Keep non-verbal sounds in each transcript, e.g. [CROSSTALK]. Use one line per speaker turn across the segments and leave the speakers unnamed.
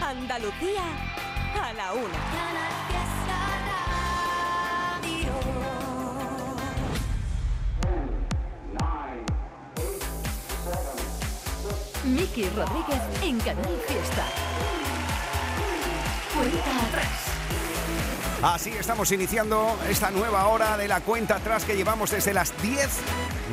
Andalucía a la una.
Miki Rodríguez en Canal Fiesta. Cuenta atrás.
Así estamos iniciando esta nueva hora de la cuenta atrás que llevamos desde las 10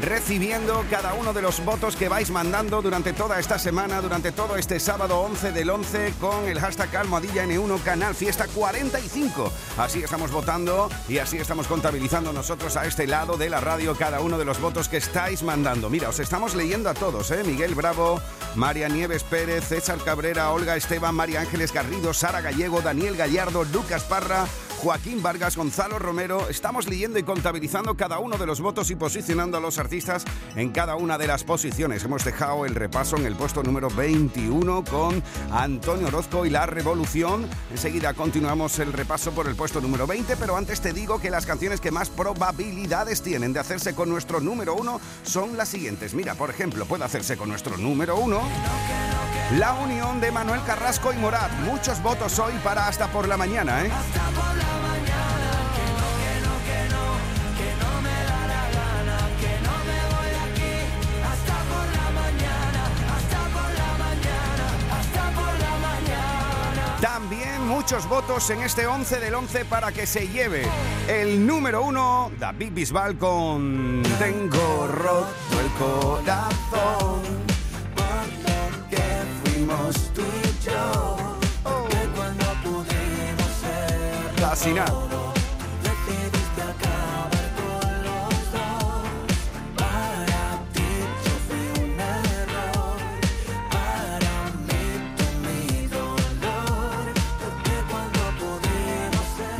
recibiendo cada uno de los votos que vais mandando durante toda esta semana, durante todo este sábado 11 del 11 con el hashtag almohadilla N1 Canal Fiesta 45. Así estamos votando y así estamos contabilizando nosotros a este lado de la radio cada uno de los votos que estáis mandando. Mira, os estamos leyendo a todos, ¿eh? Miguel Bravo, María Nieves Pérez, César Cabrera, Olga Esteban, María Ángeles Garrido, Sara Gallego, Daniel Gallardo, Lucas Parra, Joaquín Vargas, Gonzalo Romero. Estamos leyendo y contabilizando cada uno de los votos y posicionando a los artistas en cada una de las posiciones. Hemos dejado el repaso en el puesto número 21 con Antonio Orozco y La Revolución. Enseguida continuamos el repaso por el puesto número 20, pero antes te digo que las canciones que más probabilidades tienen de hacerse con nuestro número 1 son las siguientes. Mira, por ejemplo, puede hacerse con nuestro número 1. La unión de Manuel Carrasco y Morat. Muchos votos hoy para hasta por la mañana, ¿eh? También muchos votos en este 11 del 11 para que se lleve el número 1, David Bisbal con Tengo roto el corazón porque fuimos tú y yo. Casi nada.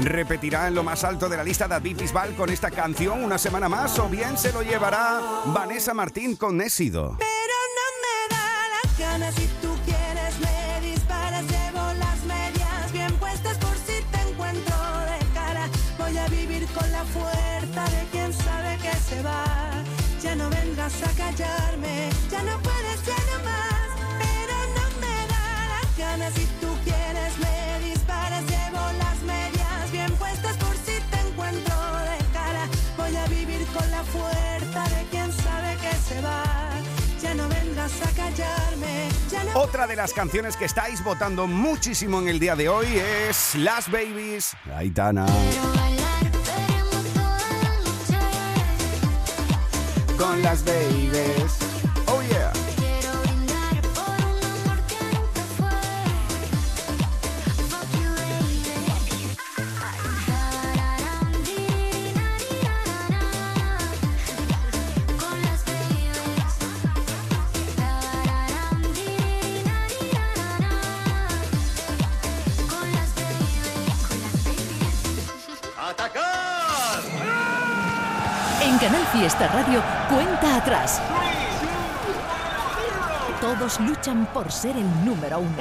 Repetirá en lo más alto de la lista David Bisbal con esta canción una semana más o bien se lo llevará Vanessa Martín con Ésido.
Pero no me da la gana si tú quieres me disparas llevo las medias bien puestas por si te encuentro de cara voy a vivir con la fuerza de quien sabe que se va ya no vengas a callarme ya no puedes ya no más pero no me da la gana si tú quieres me disparas llevo las medias bien puestas por si te encuentro de cara voy a vivir con la fuerza de quien sabe que se va ya no vengas a callarme ya no
Otra de las canciones que estáis votando muchísimo en el día de hoy es Las Babies, Aitana. Con las babies. Oh yeah.
En Canal Fiesta Radio, cuenta atrás. Todos luchan por ser el número uno.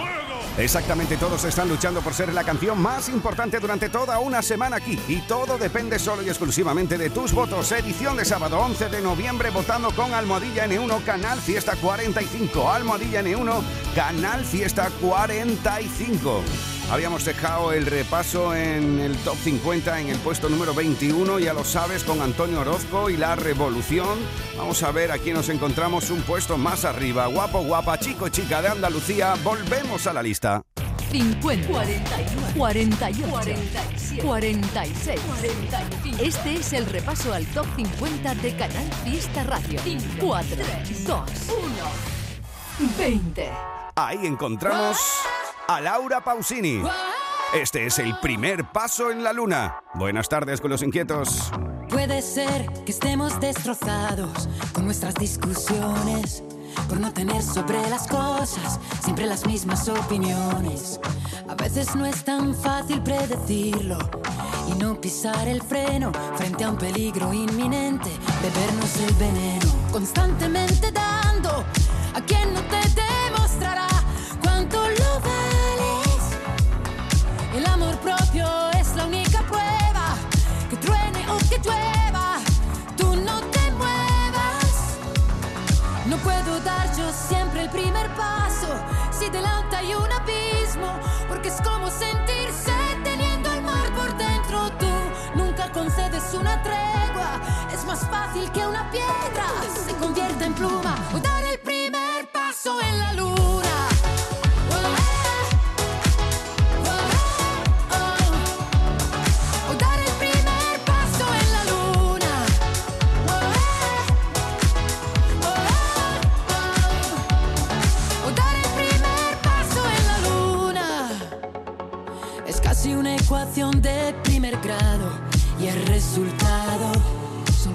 Exactamente, todos están luchando por ser la canción más importante durante toda una semana aquí. Y todo depende solo y exclusivamente de tus votos. Edición de sábado 11 de noviembre votando con Almohadilla N1 Canal Fiesta 45. Almohadilla N1 Canal Fiesta 45. Habíamos dejado el repaso en el top 50 en el puesto número 21, ya lo sabes, con Antonio Orozco y La Revolución. Vamos a ver aquí nos encontramos un puesto más arriba. Guapo, guapa, chico, chica de Andalucía, volvemos a la lista.
50, 41, 48, 46. Este es el repaso al top 50 de Canal Fiesta Radio. 4, 2, 1, 20.
Ahí encontramos a Laura Pausini. Este es el primer paso en la luna. Buenas tardes con los inquietos.
Puede ser que estemos destrozados con nuestras discusiones, por no tener sobre las cosas siempre las mismas opiniones. A veces no es tan fácil predecirlo y no pisar el freno frente a un peligro inminente, bebernos el veneno. Constantemente dando a quien no te demostrará cuánto lo vales. El amor propio es la única prueba que truene o que llueva. Tú no te muevas. No puedo dar yo siempre el primer paso si delante hay un abismo. Por porque es como sentirse teniendo el mar por dentro. Tú nunca concedes una tregua, es más fácil que una piedra se convierta en pluma o dar el primer paso en la luna. Oh, oh, oh. O dar el primer paso en la luna. O dar el primer paso en la luna. Es casi una ecuación de primer grado y el resultado son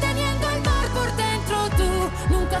teniendo el mar por dentro. Tú nunca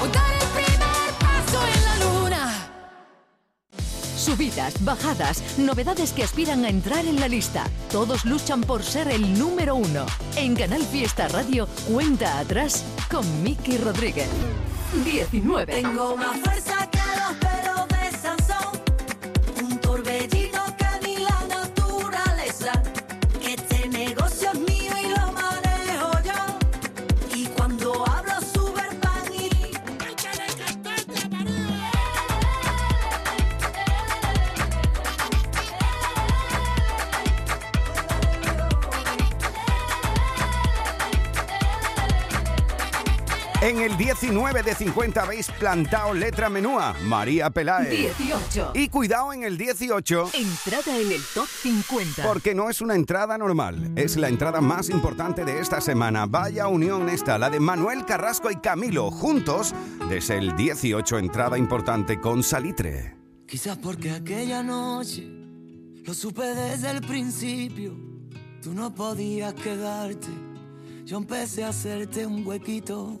oh. O dar el primer paso en la luna.
Subidas, bajadas, novedades que aspiran a entrar en la lista. Todos luchan por ser el número uno. En Canal Fiesta Radio, cuenta atrás con Miki Rodríguez. 19.
Tengo más fuerza que los perros de Sansón, un torbellino que ni la naturaleza. Que este negocio es mío y lo manejo yo. Y cuando hablo sube el pan y
En el 19 de 50 habéis plantado letra menúa, María Peláez.
18.
Y cuidado en el 18,
Entrada en el top 50.
porque no es una entrada normal, es la entrada más importante de esta semana. Vaya unión esta, la de Manuel Carrasco y Camilo, juntos desde el 18, entrada importante con Salitre.
Quizás porque aquella noche lo supe desde el principio. Tú no podías quedarte. Yo empecé a hacerte un huequito.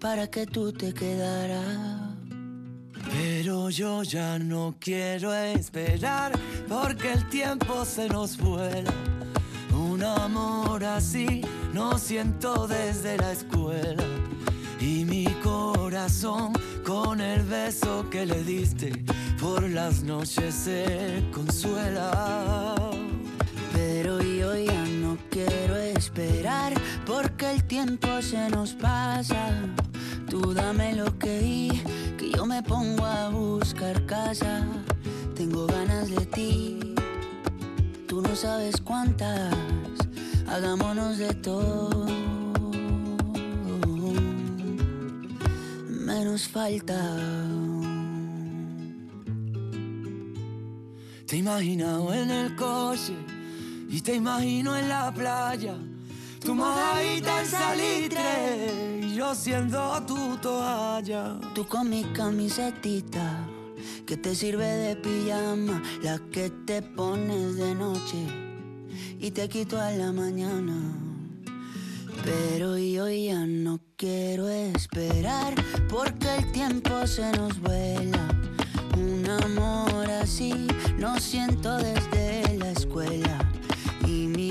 para que tú te quedaras.
Pero yo ya no quiero esperar porque el tiempo se nos vuela. Un amor así no siento desde la escuela. Y mi corazón con el beso que le diste por las noches se consuela.
Pero yo ya no quiero esperar porque el tiempo se nos pasa. Tú dame lo que di, que yo me pongo a buscar casa. Tengo ganas de ti, tú no sabes cuántas. Hagámonos de todo, menos falta.
Te he imaginado en el coche y te imagino en la playa. Tu mojadita en salitre y yo siendo tu toalla.
Tú con mi camisetita que te sirve de pijama, la que te pones de noche y te quito a la mañana. Pero yo ya no quiero esperar porque el tiempo se nos vuela. Un amor así no siento desde la escuela. Y mi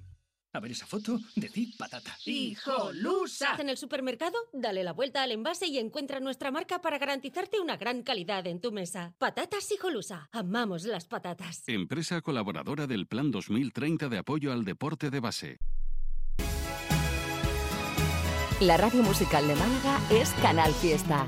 A ver esa foto, decir patata.
¡Hijolusa! En el supermercado, dale la vuelta al envase y encuentra nuestra marca para garantizarte una gran calidad en tu mesa. Patatas Hijolusa. Amamos las patatas.
Empresa colaboradora del Plan 2030 de apoyo al deporte de base.
La radio musical de Málaga es Canal Fiesta.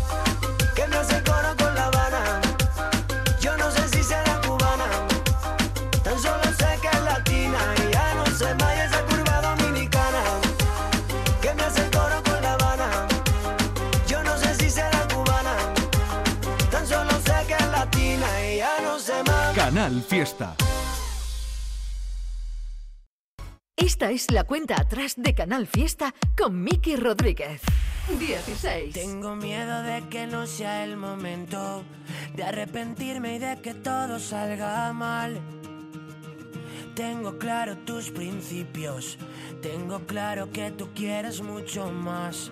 que me hace coro con la Habana. Yo no sé si será solo sé que es latina y ya no se vaya esa curva dominicana que me hace el coro con la Habana. Yo no sé si será cubana, tan solo sé que es latina y ya no se va.
Canal Fiesta.
Esta es la cuenta atrás de Canal Fiesta con Miki Rodríguez. 16.
Tengo miedo de que no sea el momento de arrepentirme y de que todo salga mal. Tengo claro tus principios, tengo claro que tú quieres mucho más.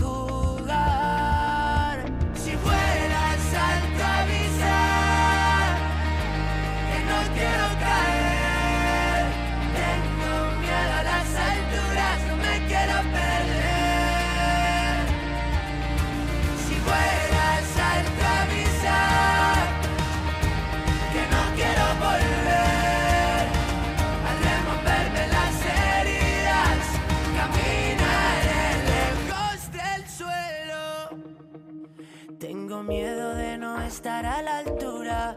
jugar. Si fueras al avisar que no quiero caer. Tengo miedo a las alturas, no me quiero perder. Si fueras al avisar que no quiero volver. Al removerme las heridas, caminaré lejos del suelo. Tengo miedo de no estar a la altura,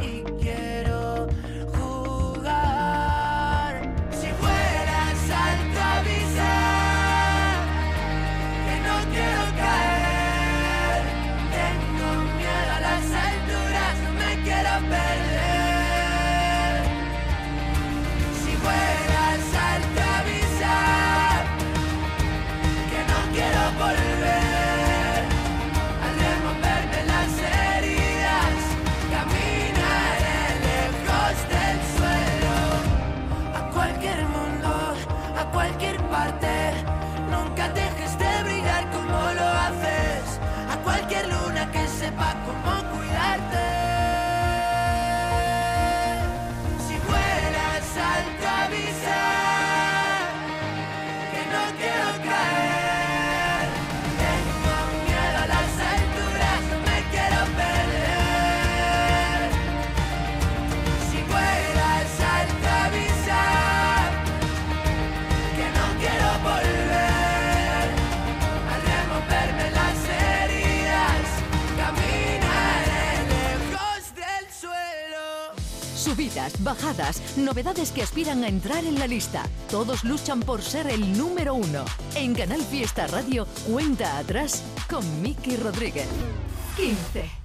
y quiero jugar. Si fueras alto avisar que no quiero caer. Tengo miedo a las alturas, no me quiero perder. Si fueras alto avisar que no quiero volver. Al removerme las heridas, caminaré lejos del suelo. A cualquier mundo, a cualquier parte, nunca dejes de brillar como lo haces. A cualquier luna que sepa cómo cuidarte. Si fueras alto avisar que no quiero caer. Tengo miedo a las alturas, no me quiero perder. Si fueras alto avisar que no quiero volver. Al removerme las heridas, caminaré lejos del suelo.
Subidas, bajadas, novedades que aspiran a entrar en la lista. Todos luchan por ser el número uno. En Canal Fiesta Radio, cuenta atrás con Miki Rodríguez. 15.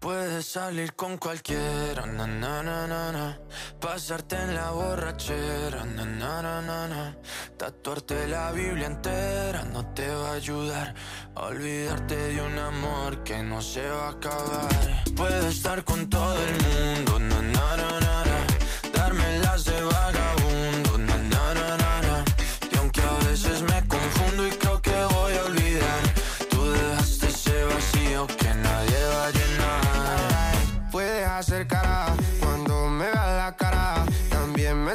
Puedes salir con cualquiera, na, na, na, na, na. pasarte en la borrachera, na, na, na, na, na. tatuarte la Biblia entera no te va a ayudar a olvidarte de un amor que no se va a acabar. Puedes estar con todo el mundo, na, na, na, na, na. darme las de vagabundo, na, na, na, na, na. y aunque a veces me confundo y creo que voy a olvidar, tú dejaste ese vacío que nadie va a llenar.
Puedes hacer cara cuando me veas la cara. También me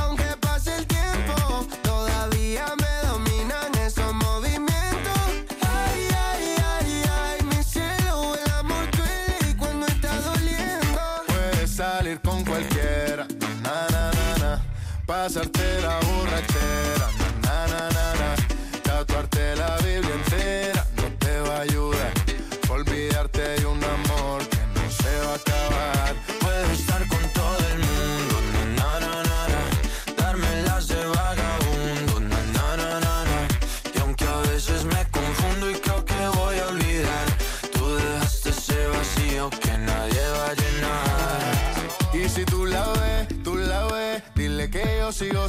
Aunque pase el tiempo, todavía me dominan esos movimientos. Ay, ay, ay, ay, mi cielo, el amor duele cuando está doliendo.
Puedes salir con cualquiera, na, na, na, na. pasarte la borrachera, na, na, na, na, na. tatuarte la Biblia entera no te va a ayudar. Olvidarte de un amor que no se va a acabar. Puedes estar con todo el mundo, na, na, na, na, na. darme las de vagabundo, na, na, na, na, na. Y aunque a veces me confundo y creo que voy a olvidar, tú dejaste ese vacío que nadie va a llenar.
Y si tú la ves, tú la ves, dile que yo sigo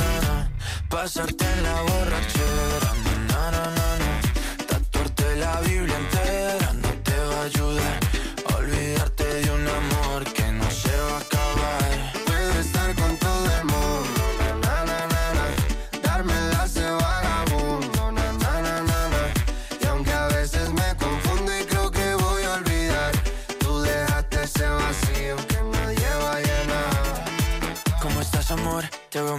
na. pasarte en la borrachera, na, na, na, na, na. tatuarte la Biblia entera no te va a ayudar. Olvidarte de un amor que no se va a acabar.
Puedo estar con todo el mundo, na, na, na, na. darme las de vagabundo, na, na, na, na, na. y aunque a veces me confundo y creo que voy a olvidar, tú dejaste ese vacío que nadie va a llenar.
¿Cómo estás, amor? Te veo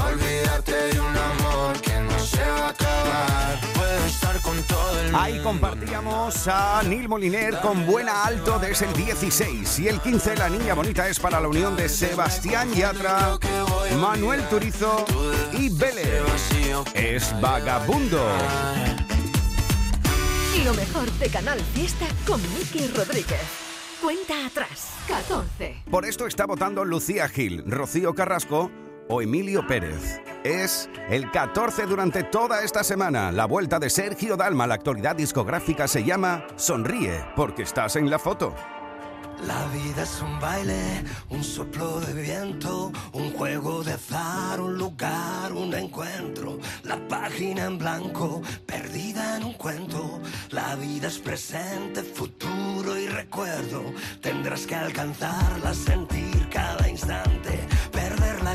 Olvídate de un amor que no se va a acabar. Puedo estar con todo el
Ahí compartíamos a Neil Moliner con Buena Alto desde el 16 y el 15 La Niña Bonita es para la unión de Sebastián Yatra, Manuel Turizo y Vélez. Es Vagabundo.
Lo mejor de Canal Fiesta con Miki Rodríguez. Cuenta atrás. 14.
Por esto está votando Lucía Gil, Rocío Carrasco o Emilio Pérez. Es el 14 durante toda esta semana. La vuelta de Sergio Dalma, la actualidad discográfica se llama Sonríe porque estás en la foto.
La vida es un baile, un soplo de viento, un juego de azar, un lugar, un encuentro. La página en blanco, perdida en un cuento. La vida es presente, futuro y recuerdo. Tendrás que alcanzarla, sentir cada instante. Perder la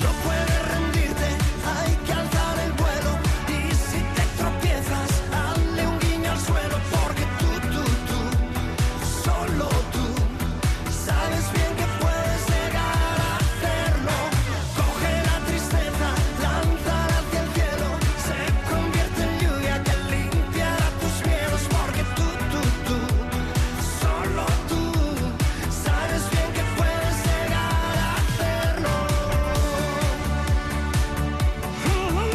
No puedes rendirte, hay que alzar el vuelo. Y si te tropiezas, dale un guiño al suelo. Porque tú, tú, tú, solo tú, sabes bien que puedes llegar a hacerlo. Coge la tristeza, lánzala hacia el cielo. Se convierte en lluvia que limpiará tus miedos. Porque tú, tú, tú,
Mm-hmm.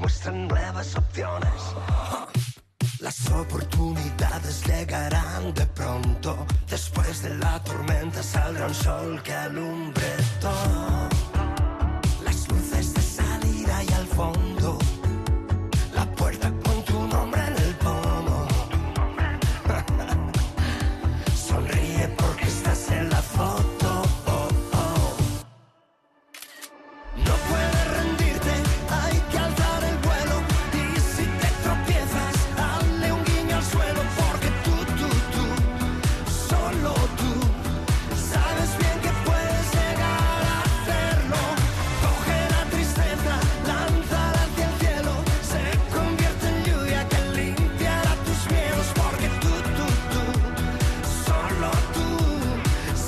muestran nuevas opciones. Las oportunidades llegarán de pronto. Después de la tormenta saldrá un sol que alumbre todo. Las luces de salida y al fondo. La puerta con tu nombre en el pomo. [LAUGHS] Sonríe porque estás en la foto. oh, oh. No puedes rendirte, hay que alzar el vuelo. Y si te tropiezas, dale un guiño al suelo. Porque tú, tú, tú, solo tú, sabes bien que puedes llegar a hacerlo. Coge la tristeza, lánzala hacia el cielo. Se convierte en lluvia que limpiará tus miedos. Porque tú, tú, tú, solo tú,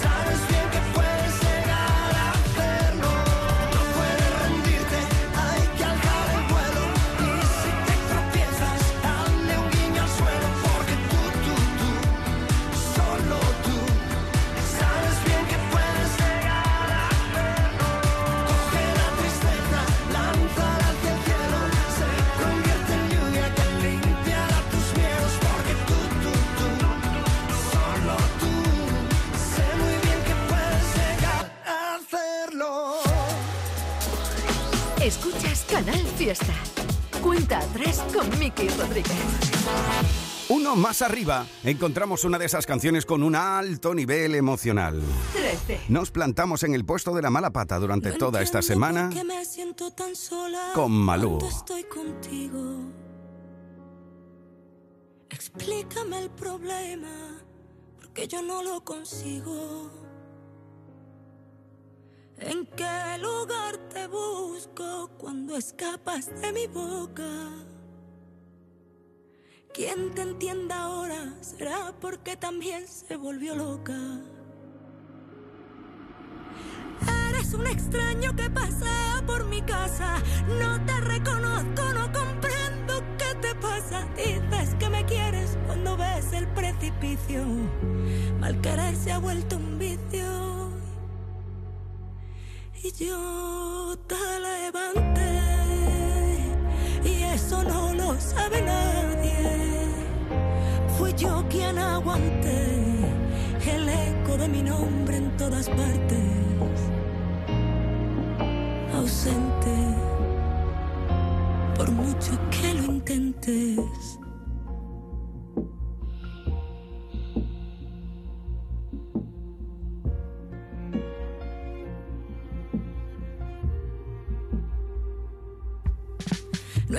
sabes bien que puedes llegar a hacerlo. No puedes rendirte, hay que alzar el vuelo. Y si te tropiezas, dale un guiño al suelo. Porque tú, tú, tú, solo tú, sabes bien que puedes llegar a hacerlo. Coge la tristeza, lánzala hacia el cielo. Se convierte en lluvia que limpiará tus miedos. Porque tú, tú, tú, solo tú, sé muy bien que puedes llegar a hacerlo.
Escuchas Canal Fiesta. Cuenta atrás con Miki Rodríguez.
Uno más arriba, encontramos una de esas canciones con un alto nivel emocional.
13.
Nos plantamos en el puesto de la mala pata durante
No
toda esta
entiendo por
semana
qué me siento tan sola
con Malú.
cuando estoy contigo. Explícame el problema, porque yo no lo consigo. ¿En qué lugar te busco cuando escapas de mi boca? Quien te entienda ahora será porque también se volvió loca. Eres un extraño que pasea por mi casa. No te reconozco, no comprendo qué te pasa. Dices que me quieres cuando ves el precipicio. Mal querer se ha vuelto un vicio. Y yo te levanté. Y eso no lo sabe nadie. Fui yo quien aguanté el eco de mi nombre en todas partes ausente, por mucho que lo intentes. No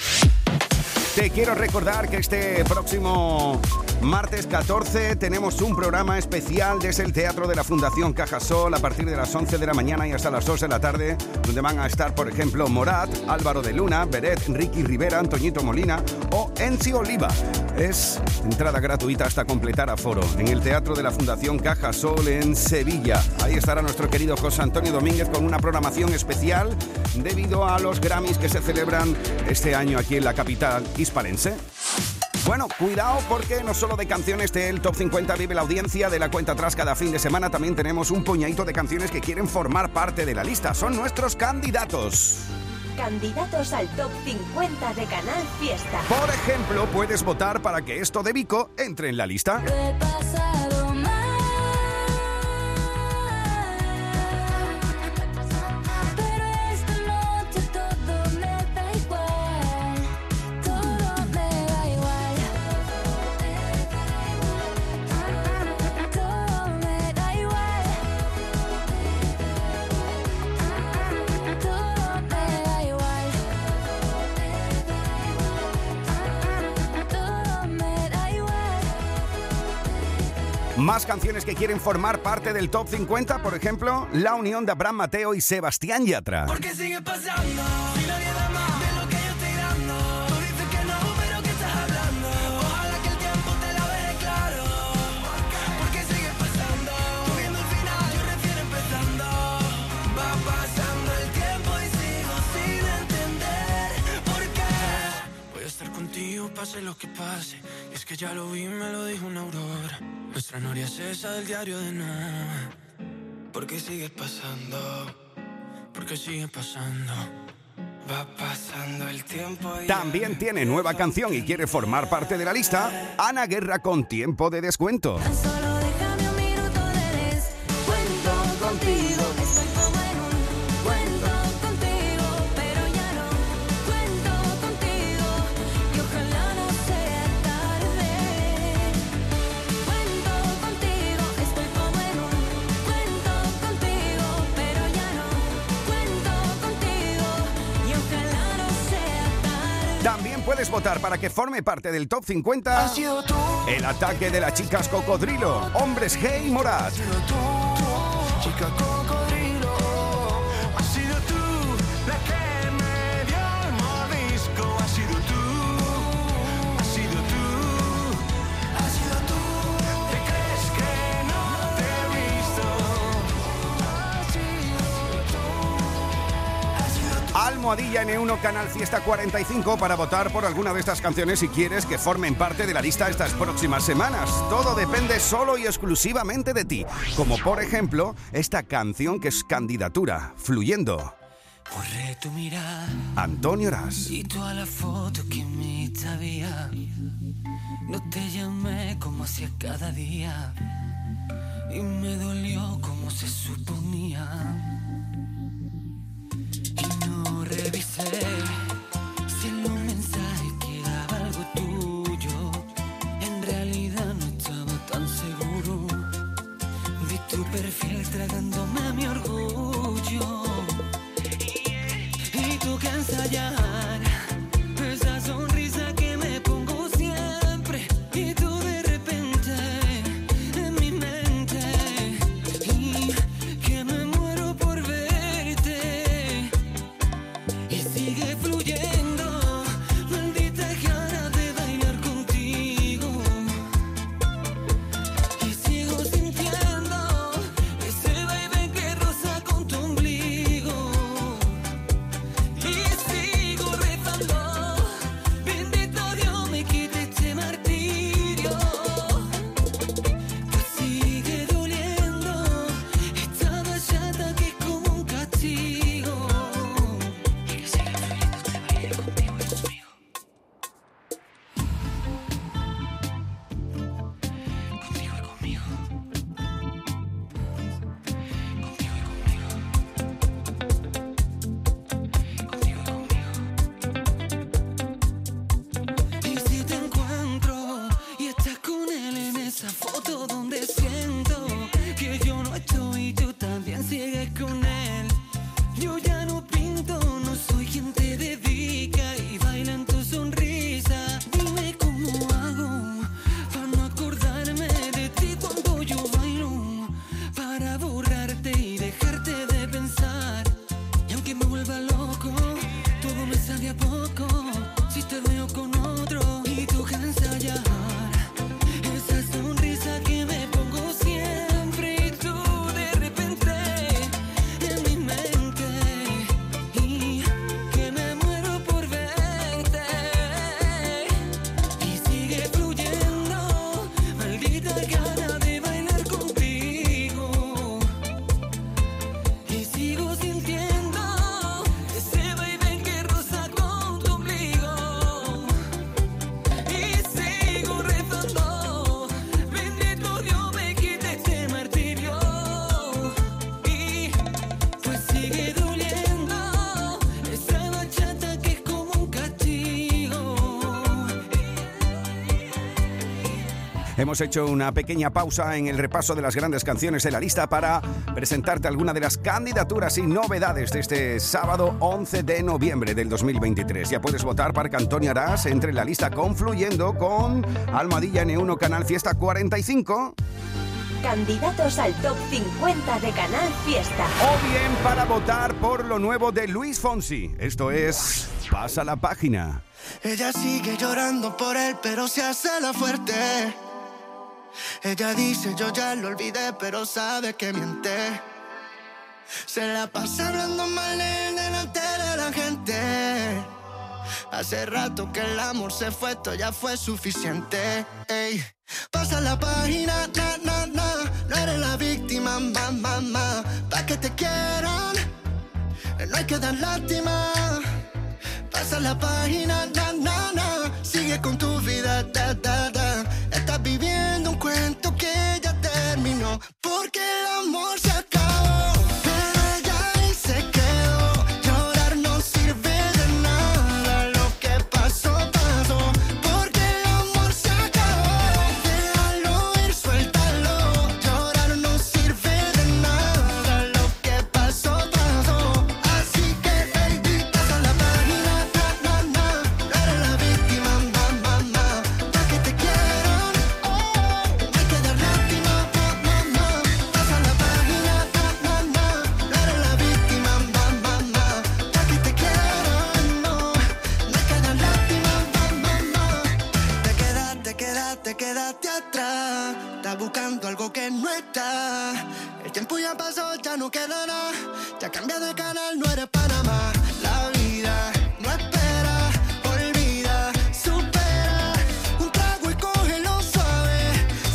Te quiero recordar que este próximo martes 14 tenemos un programa especial desde el Teatro de la Fundación Cajasol a partir de las 11 de la mañana y hasta las 2 de la tarde, donde van a estar, por ejemplo, Morat, Álvaro de Luna, Beret, Ricky Rivera, Antoñito Molina o Enzi Oliva. Es entrada gratuita hasta completar aforo en el Teatro de la Fundación Cajasol en Sevilla. Ahí estará nuestro querido José Antonio Domínguez con una programación especial debido a los Grammys que se celebran este año aquí en la capital hispalense. Bueno, cuidado porque no solo de canciones del Top 50 vive la audiencia de la cuenta atrás cada fin de semana, también tenemos un puñadito de canciones que quieren formar parte de la lista. Son nuestros candidatos.
Candidatos al top 50 de Canal Fiesta.
Por ejemplo, puedes votar para que esto de Vico entre en la lista.
Lo he pasado mal. Pero esta noche todo me da igual. Todo me da igual. Todo me da igual. Todo me da igual. Todo me da igual.
Más canciones que quieren formar parte del Top 50, por ejemplo, la unión de Abraham Mateo y Sebastián Yatra.
Porque sigue pasando. Si nadie da más de lo que yo estoy dando. Tú dices que no, pero que estás hablando. Ojalá que el tiempo te la deje claro. Porque sigue pasando. Tú viendo el final, yo recién empezando. Va pasando el tiempo y sigo sin entender por qué. Voy a estar contigo, pase lo que pase. Y es que ya lo vi, me lo dijo una aurora. Nuestra noria es esa del diario de no. Porque sigue pasando. Porque sigue pasando. Va pasando el tiempo y
También tiene nueva canción y quiere formar parte de la lista, Ana Guerra con tiempo de descuento.
Solo déjame un minuto de descuento contigo. Estoy como en un cuento contigo, pero ya no cuento contigo. Y ojalá no sea tarde. Cuento contigo, estoy como en un cuento contigo, pero ya no cuento contigo. Y ojalá no sea tarde.
También puedes votar para que forme parte del Top 50 El ataque de las chicas cocodrilo, hombres G y Morat.
Chica cocodrilo, has sido tú la que me dio el mordisco. Has sido tú, has sido tú, has sido tú. ¿Te crees que no te he visto? Has sido tú, has sido
Almohadilla N1 Canal Fiesta 45 para votar por alguna de estas canciones si quieres que formen parte de la lista estas próximas semanas. Todo depende solo y exclusivamente de ti. Como por ejemplo esta canción que es candidatura, Fluyendo,
Borré tu mirada.
Antonio Ras.
Y toda la foto que imita había. No te llamé como hacía cada día. Y me dolió como se suponía. Y no revisé si en los mensajes quedaba algo tuyo. En realidad no estaba tan seguro. Vi tu perfil tragándome a mi orgullo. Y tú que ensayar esa sonrisa que me pongo siempre. Y tú de repente en mi mente. Y que me muero por verte. Y sigue fluyendo. Maldita cara de bailar contigo. Y sigo sintiendo ese baile que roza con tu ombligo. Y sigo rezando, bendito Dios este este pues
Hemos hecho una pequeña pausa en el repaso de las grandes canciones de la lista para presentarte alguna de las candidaturas y novedades de este sábado 11 de noviembre del 2023. Ya puedes votar para que Antonio Arás entre en la lista confluyendo con Almadilla N1 Canal Fiesta 45
Candidatos al top 50 de Canal Fiesta.
o bien para votar por lo nuevo de Luis Fonsi. Esto es Pasa la página.
Ella sigue llorando por él, pero se hace la fuerte. Ella dice, yo ya lo olvidé, pero sabe que miente. Se la pasa hablando mal en delante de la gente. Hace rato que el amor se fue, esto ya fue suficiente. Ey. Pasa la página, na, na, na. No eres la víctima, ma, ma, ma. Pa' que te quieran, no hay que dar lástima. Pasa la página, na, na, na. Sigue con tu vida, da, da, da. Estás viviendo un cuento que ya terminó. Porque el amor se acabó. Pero ella ahí se quedó. Llorar no sirve de nada. Lo que pasó, pasó. Porque el amor se acabó. Déjalo ir, suéltalo. Llorar no sirve de nada. Lo que pasó, pasó. Así que, baby, pasa la página. Na, na, na. No eres la víctima, ma, ma, ma. Pa' que te quieran. Oh, no hay que dar lástima, ma, ma, ma. Pasa la página. Na, na, na. No eres la víctima, ma, ma, ma. Pa' que te quieran. No, no hay que dar lástima, ma, ma, ma. Te quedaste, quedaste, quedaste atrás. Estás buscando algo que no está. El tiempo ya pasó, ya no queda nada. Ya cambia de canal, no eres Panamá. La vida no espera, olvida, supera. Un trago y cógelo suave.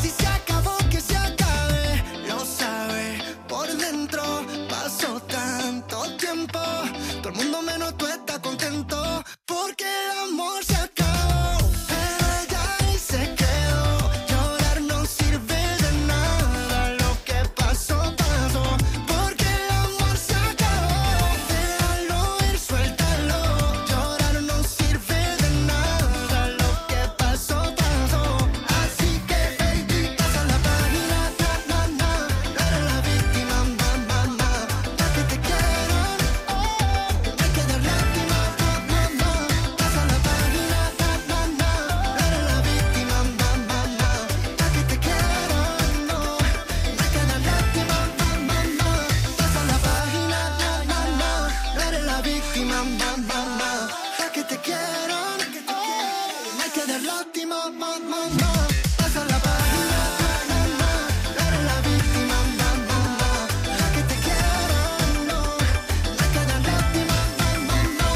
Si se acabó, que se acabe. Lo sabe, por dentro pasó tanto tiempo. Todo el mundo menos tú está contento. Porque el amor se acabó. Pero ella ahí se quedó. Llorar no sirve de nada. Lo que pasó, pasó. Porque el amor se acabó. Déjalo ir, suéltalo. Llorar no sirve de nada. Lo que pasó, pasó. Así que, baby, pasa la página. Na, na, na. No eres la víctima, ma, ma, ma. Pa' que te quieran. Oh, no hay que dar lástima, ma, ma, ma. Pasa la página. Na, na, na. No eres la víctima, ma, ma, ma. Pa' que te quieran. No, no hay que dar lástima, ma, ma, ma. Pasa la página. Na, na, na. No eres la víctima, ma, ma, ma. Pa' que te quieran. Oh, no hay que dar lástima, ma, ma, ma. Pasa la página. Na, na, na. No eres la víctima, ma, ma, ma. Pa' que te quieran. No, no hay que dar lástima, ma, ma, ma.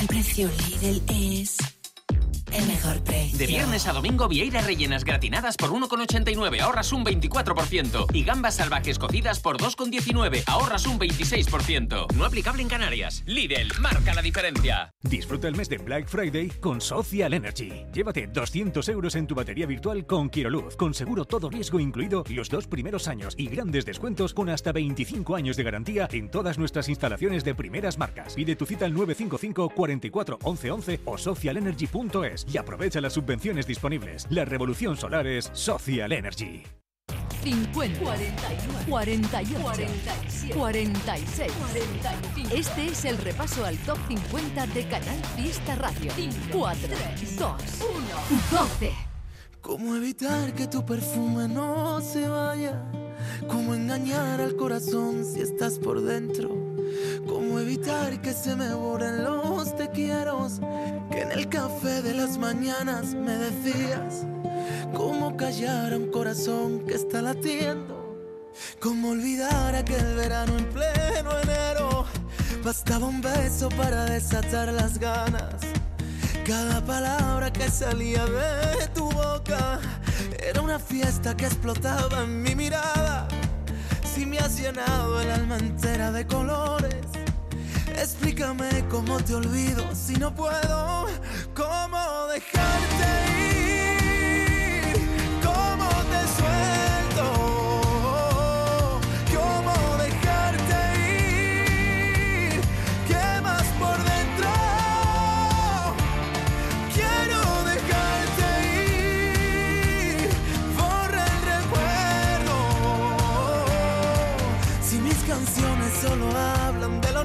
El precio Lidl es el mejor precio.
De viernes a domingo, vieiras rellenas gratinadas por 1,89, ahorras un 24%. Y gambas salvajes cocidas por 2,19, ahorras un 26%. No aplicable en Canarias. Lidl, marca la diferencia.
Disfruta el mes de Black Friday con Social Energy. Llévate 200 euros en tu batería virtual con Quiroluz, con seguro todo riesgo incluido los dos primeros años y grandes descuentos con hasta 25 años de garantía en todas nuestras instalaciones de primeras marcas. Pide tu cita al 955 44 11 11 o socialenergy.es y aprovecha las subvenciones disponibles. La revolución solar es Social Energy.
50, 48, 47, 46. Este es el repaso al top 50 de Canal Fiesta Radio. 4, 2, 1, 12.
¿Cómo evitar que tu perfume no se vaya? ¿Cómo engañar al corazón si estás por dentro? ¿Cómo evitar que se me borren los te quiero? Que en el café de las mañanas me decías. ¿Cómo callar a un corazón que está latiendo? ¿Cómo olvidar aquel verano en pleno enero? Bastaba un beso para desatar las ganas. Cada palabra que salía de tu boca era una fiesta que explotaba en mi mirada. Si me has llenado el alma entera de colores, explícame cómo te olvido si no puedo, cómo dejarte ir, cómo te suelto, cómo dejarte ir, qué más por dentro. Quiero dejarte ir,
canciones solo hablan de lo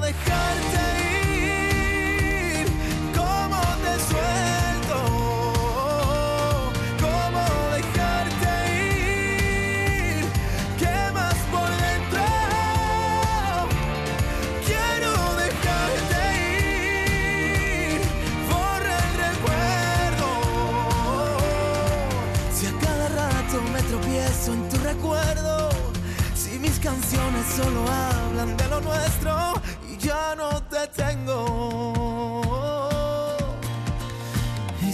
dejarte ir? ¿Cómo te suelto? ¿Cómo dejarte ir? ¿Qué más por dentro? Quiero dejarte ir. Borra el recuerdo. Si a cada rato me tropiezo en tu recuerdo, si mis canciones solo hablan de lo nuestro y ya no te tengo. Y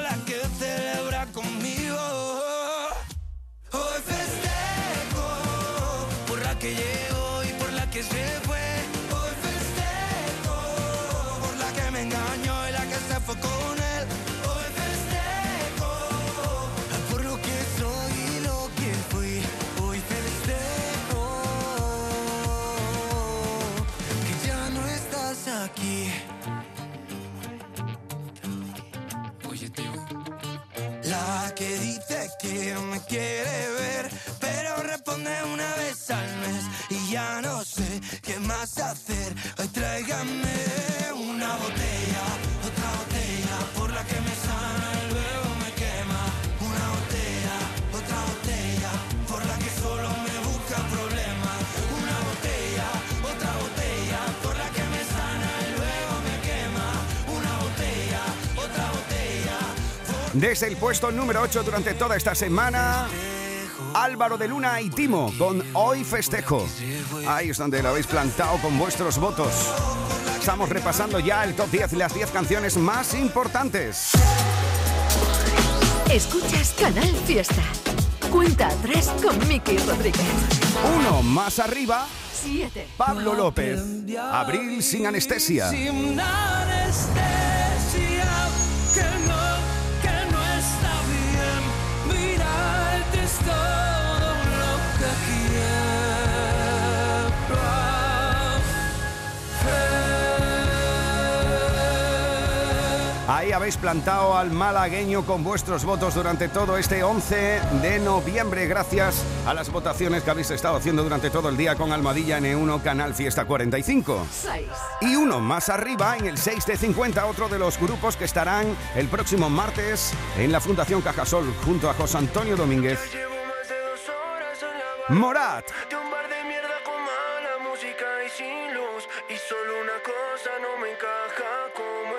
la que celebra conmigo. Hoy festejo por la que llegó y por la que se fue. Hoy festejo por la que me engañó y la que se fue con él. Hoy festejo por lo que soy y lo que fui, hoy festejo que ya no estás aquí. Oye, tío. La que dice que me quiere ver, pero responde una vez al mes y ya no sé qué más hacer. Hoy tráigame una botella, otra botella por la que me sana y luego me quema. Una botella, otra botella por la que solo me busca problemas. Una botella, otra botella por la que me sana y luego me quema. Una botella, otra botella.
Desde el puesto número 8 durante toda esta semana, Álvaro de Luna y Timo con Hoy Festejo. Ahí es donde lo habéis plantado con vuestros votos. Estamos repasando ya el top 10 y las 10 canciones más importantes.
Escuchas Canal Fiesta. Cuenta atrás con Miki Rodríguez.
Uno más arriba,
7.
Pablo López. Abril sin anestesia.
Sin anestesia, que no, que no está bien. Mirarte es todo lo que quiero hacer.
Ahí habéis plantado al malagueño con vuestros votos durante todo este 11 de noviembre, gracias a las votaciones que habéis estado haciendo durante todo el día con Almadilla N1 Canal Fiesta 45. Y uno más arriba, en el 6 de 50, otro de los grupos que estarán el próximo martes en la Fundación Cajasol junto a José Antonio Domínguez. Morat.
De un bar de mierda con mala música y sin luz. Y solo una cosa no me encaja. ¿Cómo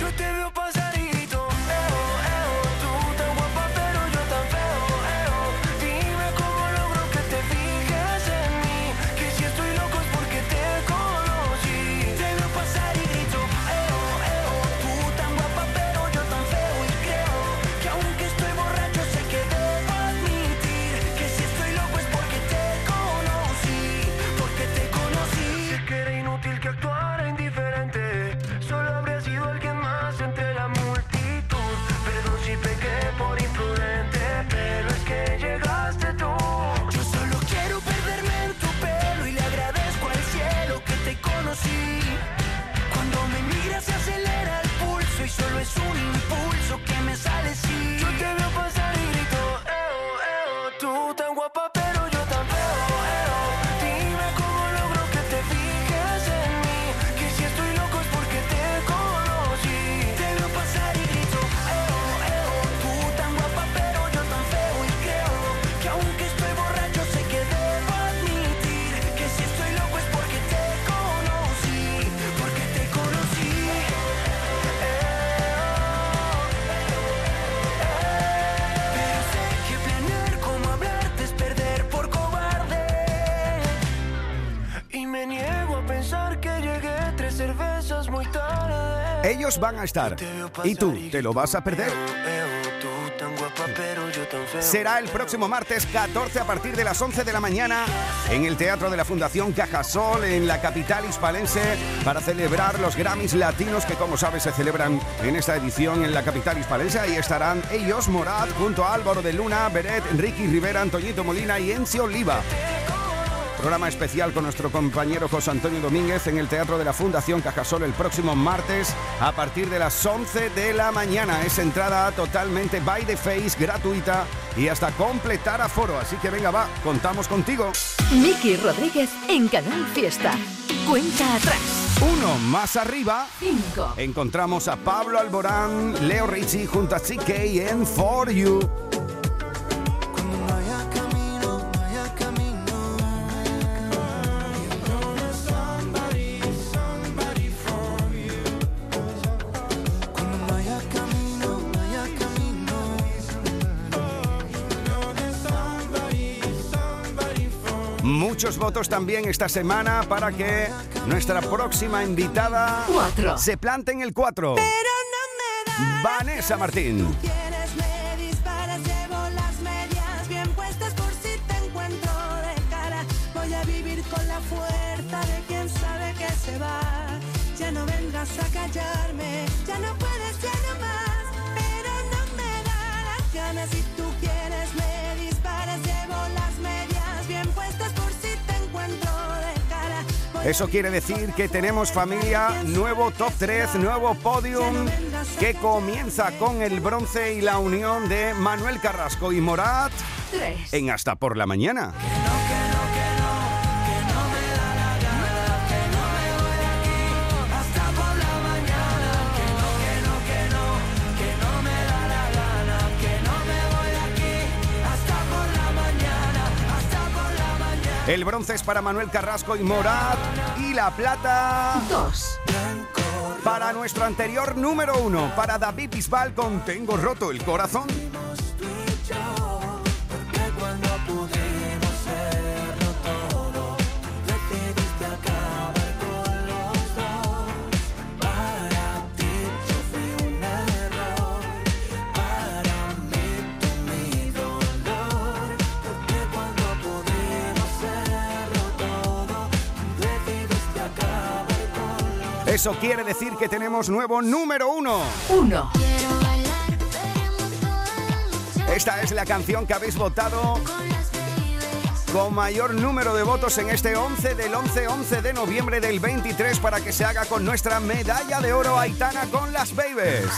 Yo te veo pasadito, eh, oh, eh, oh. Tú tan guapa, pero yo tan feo, eh, oh. Dime cómo logro que te fijes en mí. Que si estoy loco es porque te conocí. Te veo pasar y grito, eh, oh, eh, oh. Tú tan guapa, pero yo tan feo. Y creo que aunque estoy borracho, sé que debo admitir. Que si estoy loco es porque te conocí. Porque te conocí. Sé que era inútil que actuara indiferente. Solo habría sido alguien más entre la multitud. Perdón si pequé por imprudente, pero es que llegaste tú. Yo solo quiero perderme en tu pelo y le agradezco al cielo que te conocí. Cuando me miras se acelera el pulso y solo es un impulso que me sale si yo te veo pasar y grito, "Eh, oh, eh, oh, tú tan guapa pero yo tan feo, eh, oh". Dime cómo logro que te fijes en mí, que si estoy loco es porque te conocí. Te veo pasar y grito, "Eh, oh, eh, oh, tú tan guapa pero yo tan feo y creo que aunque estoy borracho sé que debo admitir que si estoy loco es porque te conocí, porque te conocí. Pero sé que planear como hablarte es perder por cobarde. Y me niego a pensar que llegué tres cervezas muy tarde.
Ellos van a estar. Y tú, ¿te lo vas a perder?
eh, oh, Tú tan guapa, pero yo tan feo.
Será el próximo martes 14 a partir de las 11 de la mañana en el Teatro de la Fundación Cajasol en la capital hispalense para celebrar los Grammys Latinos que como sabes se celebran en esta edición en la capital hispalense. Ahí estarán ellos, Morat, junto a Álvaro de Luna, Beret, Enrique Rivera, Antoñito Molina y Encio Oliva. Programa especial con nuestro compañero José Antonio Domínguez en el Teatro de la Fundación Cajasol el próximo martes a partir de las 11 de la mañana. Es entrada totalmente by the face, gratuita y hasta completar aforo. Así que venga, va, contamos contigo.
Miki Rodríguez en Canal Fiesta. Cuenta atrás.
Uno más arriba.
5.
Encontramos a Pablo Alborán, Leo Ricci junto a CK en For You. Muchos votos también esta semana para que nuestra próxima invitada
Cuatro.
se plante en el 4. Vanessa Martín.
quieres me disparas, llevo las medias bien puestas por si te encuentro de cara. Voy a vivir con la fuerza de quien sabe que se va. Ya no vendrás a callarme, ya no puedes, ya no más. Pero no me da las ganas si tú quieres me disparas, llevo las medias bien puestas por si te encuentro de cara. Voy
Eso quiere decir que tenemos familia, nuevo top 3, nuevo podium que comienza con el bronce y la unión de Manuel Carrasco y Morat
Tres.
en Hasta por la mañana.
Hasta por la mañana, que no, que no, que no, que no me da la gana, que no me voy de aquí. Hasta por la mañana, hasta por la mañana.
El bronce es para Manuel Carrasco y Morat y la plata
2.
Para nuestro anterior número 1, para David Bisbal con Tengo roto el corazón.
Tú y yo, porque cuando pudimos serlo todo, decidiste acabar con los dos. Para ti yo fui un error, para mí tú mi dolor, por
Eso quiere decir que tenemos nuevo número uno.
Uno.
Esta es la canción que habéis votado con mayor número de votos en este 11 del 11-11 de noviembre del 23 para que se haga con nuestra medalla de oro Aitana con las Babies.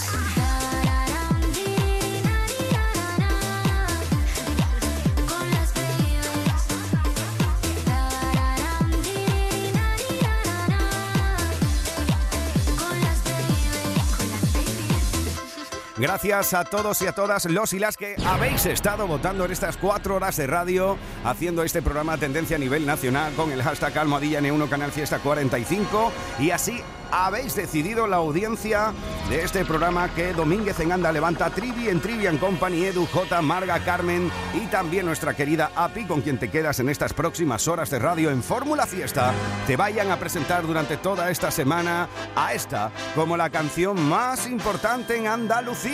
Gracias a todos y a todas los y las que habéis estado votando en estas cuatro horas de radio, haciendo este programa tendencia a nivel nacional con el hashtag Almohadilla N1 Canal Fiesta 45 y así habéis decidido la audiencia de este programa que Domínguez en Anda levanta Trivi en Trivian Company, Edu J, Marga, Carmen y también nuestra querida Api con quien te quedas en estas próximas horas de radio en Fórmula Fiesta. Te vayan a presentar durante toda esta semana a esta como la canción más importante en Andalucía.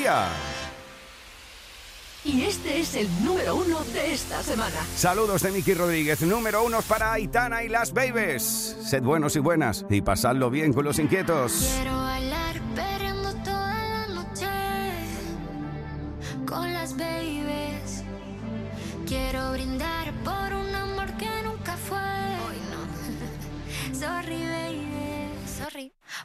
Y este es el número uno de esta semana.
Saludos de Miki Rodríguez, número uno para Aitana y las Babies. Sed buenos y buenas y pasadlo bien con los inquietos.
Quiero bailar perreando toda la noche con las babies. Quiero brindar por un amor que nunca fue. Hoy no. [LAUGHS] Sorry, baby. Sorry.